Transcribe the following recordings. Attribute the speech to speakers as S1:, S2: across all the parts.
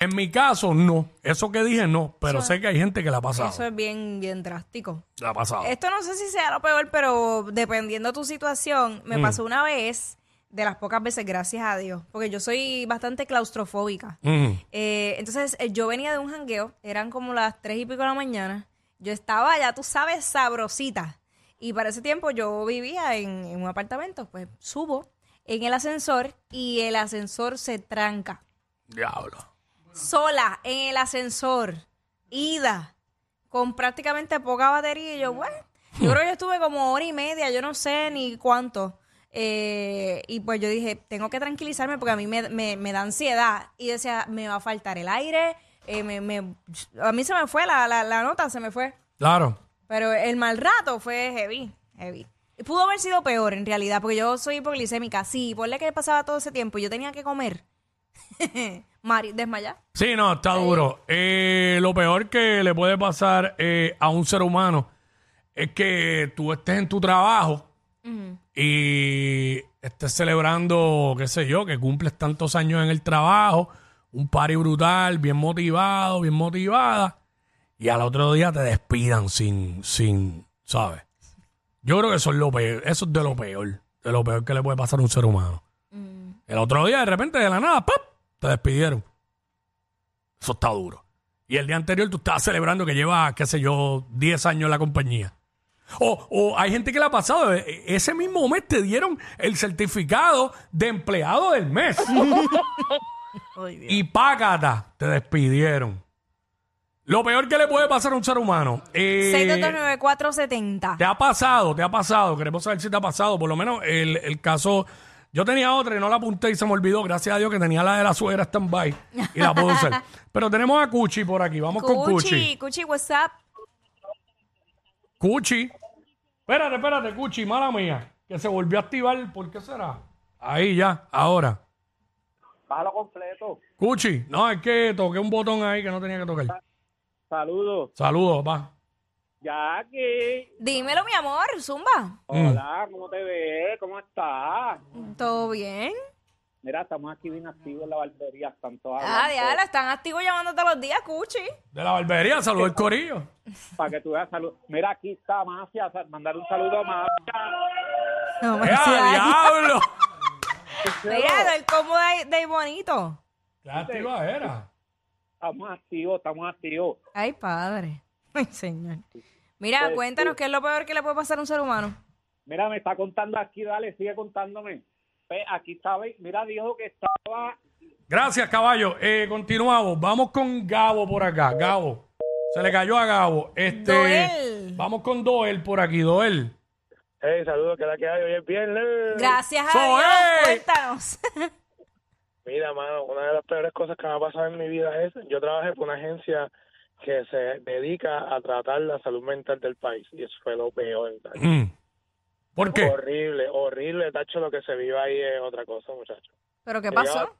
S1: En mi caso, no. Eso que dije, no. Pero sé que hay gente que la ha pasado.
S2: Eso es bien, bien drástico.
S1: La ha pasado.
S2: Esto no sé si sea lo peor, pero dependiendo de tu situación, me pasó una vez, de las pocas veces, gracias a Dios, porque yo soy bastante claustrofóbica.
S1: Mm.
S2: Eh, entonces, eh, yo venía de un jangueo, eran como las tres y pico de la mañana. Yo estaba, ya tú sabes, sabrosita. Y para ese tiempo yo vivía en, en un apartamento, pues subo en el ascensor y el ascensor se tranca.
S1: Diablo.
S2: Sola, en el ascensor, ida, con prácticamente poca batería. Y yo, bueno, yo creo que yo estuve como hora y media, yo no sé ni cuánto. Eh, y pues yo dije, tengo que tranquilizarme porque a mí me, me- me da ansiedad. Y decía, me va a faltar el aire. eh, me- me- a mí se me fue la, la- la nota, se me fue.
S1: Claro.
S2: Pero el mal rato fue heavy, heavy. Pudo haber sido peor en realidad, porque yo soy hipoglicémica. Sí, por la que pasaba todo ese tiempo, y yo tenía que comer. Mari, desmayar.
S1: Sí, no, está duro. Eh, lo peor que le puede pasar eh, a un ser humano es que tú estés en tu trabajo y estés celebrando, qué sé yo, que cumples tantos años en el trabajo, un party brutal, bien motivado, bien motivada, y al otro día te despidan sin, sin, ¿sabes? Yo creo que eso es lo peor, eso es de lo peor, de lo peor que le puede pasar a un ser humano. El otro día, de repente, de la nada, ¡pap! te despidieron. Eso está duro. Y el día anterior tú estabas celebrando que llevas, qué sé yo, 10 años en la compañía. O, o hay gente que le ha pasado, e- ese mismo mes te dieron el certificado de empleado del mes. y págata, te despidieron. Lo peor que le puede pasar a un ser humano. eh,
S2: 6229470.
S1: ¿Te ha pasado? ¿Te ha pasado? Queremos saber si te ha pasado. Por lo menos el, el caso. Yo tenía otra y no la apunté y se me olvidó. Gracias a Dios que tenía la de la suegra stand-by y la puedo usar. Pero tenemos a Cuchi por aquí. Vamos con Cuchi.
S2: Cuchi, Cuchi, WhatsApp.
S1: Cuchi. Espérate, espérate, Cuchi, mala mía. Que se volvió a activar. ¿Por qué será? Ahí ya, ahora.
S3: Bájalo completo.
S1: Cuchi, no, es que toqué un botón ahí que no tenía que tocar.
S3: Saludos.
S1: Saludos, papá.
S3: Jackie.
S2: Dímelo, mi amor, Zumba.
S3: Hola, ¿cómo te ves? ¿Cómo estás?
S2: ¿Todo bien?
S3: Mira, estamos aquí bien activos en la barbería. Están todas
S2: Ah,
S3: hablando.
S2: diablo, están activos llamándote los días, Cuchi.
S1: De la barbería, saludos el corillo.
S3: Para que tú veas salud. Mira, aquí está Mafia. Sal- Mandar un saludo a Mafia.
S2: No,
S1: ¡Eh, diablo!
S2: Mira, el combo de, de bonito.
S1: La activadera.
S3: Estamos activos, estamos activos.
S2: Ay, padre. Ay, señor. Mira, cuéntanos qué es lo peor que le puede pasar a un ser humano.
S3: Mira, me está contando aquí. Dale, sigue contándome. Ve, aquí estaba. Mira, dijo que estaba.
S1: Gracias, caballo. Eh, continuamos. Vamos con Gabo por acá. Gabo. Se le cayó a Gabo. Este,
S2: Doel.
S1: Vamos con Doel por aquí, Doel.
S3: Hey, saludos, que la que hay hoy es
S4: Eh,
S3: viernes.
S2: Gracias a
S1: Soy.
S2: Dios, cuéntanos.
S4: Mira, mano, una de las peores cosas que me ha pasado en mi vida es, yo trabajé por una agencia que se dedica a tratar la salud mental del país y eso fue lo peor. tacho.
S1: Mm. ¿Por qué?
S4: Horrible, horrible, tacho, lo que se vive ahí es otra cosa, muchacho.
S2: ¿Pero qué
S4: Yo
S2: pasó?
S4: llegaba-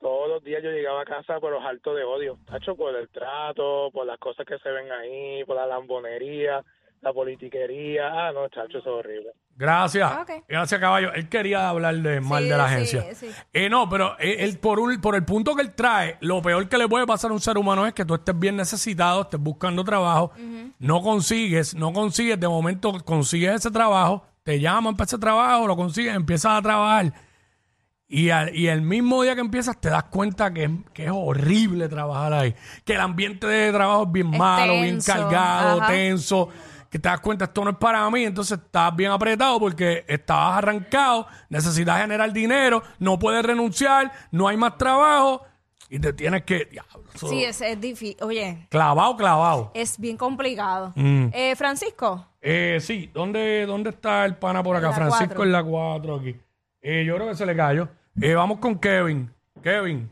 S4: todos los días yo llegaba a casa pero harto de odio, tacho, por el trato, por las cosas que se ven ahí, por la lambonería, la politiquería, ah, no, tacho, eso es horrible.
S1: Gracias.
S2: Ah, ok.
S1: Gracias, caballo. Él quería hablar de mal
S2: Sí,
S1: de la
S2: sí,
S1: agencia.
S2: sí.
S1: Eh, no, pero él, él por, un- por el punto que él trae, lo peor que le puede pasar a un ser humano es que tú estés bien necesitado, estés buscando trabajo, no consigues, no consigues, de momento consigues ese trabajo, te llaman para ese trabajo, lo consigues, empiezas a trabajar. Y, al- y el mismo día que empiezas te das cuenta que, es- que es horrible trabajar ahí, que el ambiente de trabajo es bien
S2: Es
S1: malo, bien
S2: tenso,
S1: cargado,
S2: ajá.
S1: tenso, que te das cuenta esto no es para mí, entonces estás bien apretado porque estabas arrancado, necesitas generar dinero, no puedes renunciar, no hay más trabajo y te tienes que... diablo, eso-
S2: Sí, es, es difícil. Oye,
S1: Clavado, clavado.
S2: es bien complicado.
S1: Mm.
S2: Eh, Francisco,
S1: Eh, sí, ¿dónde, ¿dónde está el pana por acá?
S2: En la
S1: Francisco
S2: cuatro.
S1: en la 4 aquí. Eh, yo creo que se le cayó. Eh, vamos con Kevin. Kevin.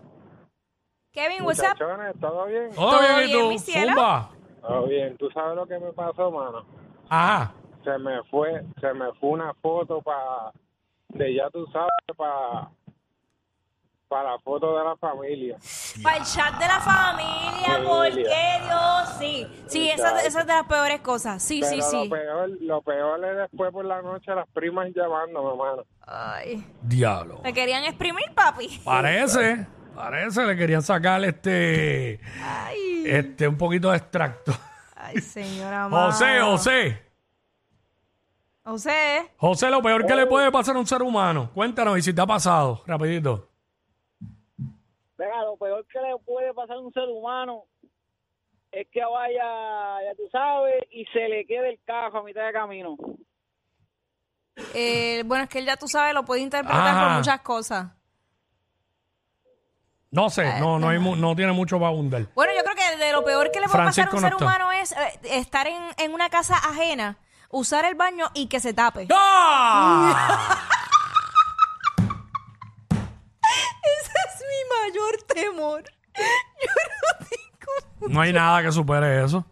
S2: Kevin, what's up?
S4: Muchachones, ¿todo bien?
S1: ¿Todo bien y
S2: bien,
S1: tú?
S2: mi cielo?
S1: Zumba.
S4: Todo bien. ¿Tú sabes lo que me pasó, mano?
S1: Ajá.
S4: Se me fue, se me fue una foto para, de ya tú sabes, para para la foto de la familia.
S2: Para el chat de la familia,
S4: Qué
S2: porque
S4: debilidad.
S2: Dios, sí. Sí, esa, esa es de las peores cosas. Sí, sí,
S4: Pero
S2: sí.
S4: Lo peor, lo peor es después por la noche las primas llamándome, mano.
S2: Ay,
S1: Diablo.
S2: me querían exprimir, papi.
S1: Parece, parece, le querían sacar este,
S2: Ay,
S1: este, un poquito de extracto.
S2: ay señora amada.
S1: José, José,
S2: José,
S1: José, lo peor que le puede pasar a un ser humano. Cuéntanos, y si te ha pasado, rapidito.
S3: Venga, lo peor que le puede pasar a un ser humano es que vaya, ya tú sabes, y se le quede el cajo a mitad de camino.
S2: eh, bueno, es que él ya tú sabes, lo puede interpretar
S1: Ajá.
S2: por muchas cosas.
S1: No sé, no, no, hay, mu- no tiene mucho para abundar.
S2: Bueno, yo creo que de lo peor que le puede pasar a
S1: Francisco
S2: un
S1: no
S2: ser
S1: está.
S2: humano es eh, estar en, en una casa ajena, usar el baño y que se tape.
S1: ¡Ah!
S2: Ese es mi mayor temor. Yo no tengo...
S1: No hay nada que supere eso.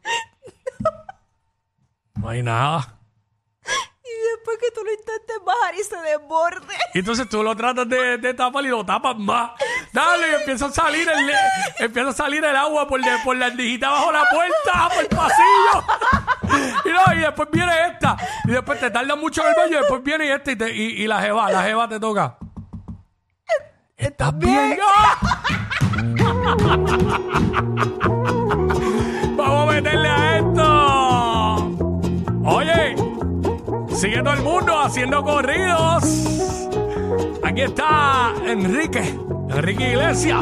S1: No hay nada.
S2: Y después que tú lo intentes bajar y se desborde.
S1: Y entonces tú lo tratas de, de tapar y lo tapas más. Dale, y empieza a salir el, empieza a salir el agua por, de- por la andijita bajo la puerta, por el pasillo. Y, no, y después viene esta. Y después te tarda mucho en el baño. Y después viene esta y, te- y- y la jeva, la jeva te toca. ¿Estás bien? ¡Ah! Vamos a meterle a esto. Oye, sigue todo el mundo haciendo corridos. Aquí está Enrique, Enrique Iglesias.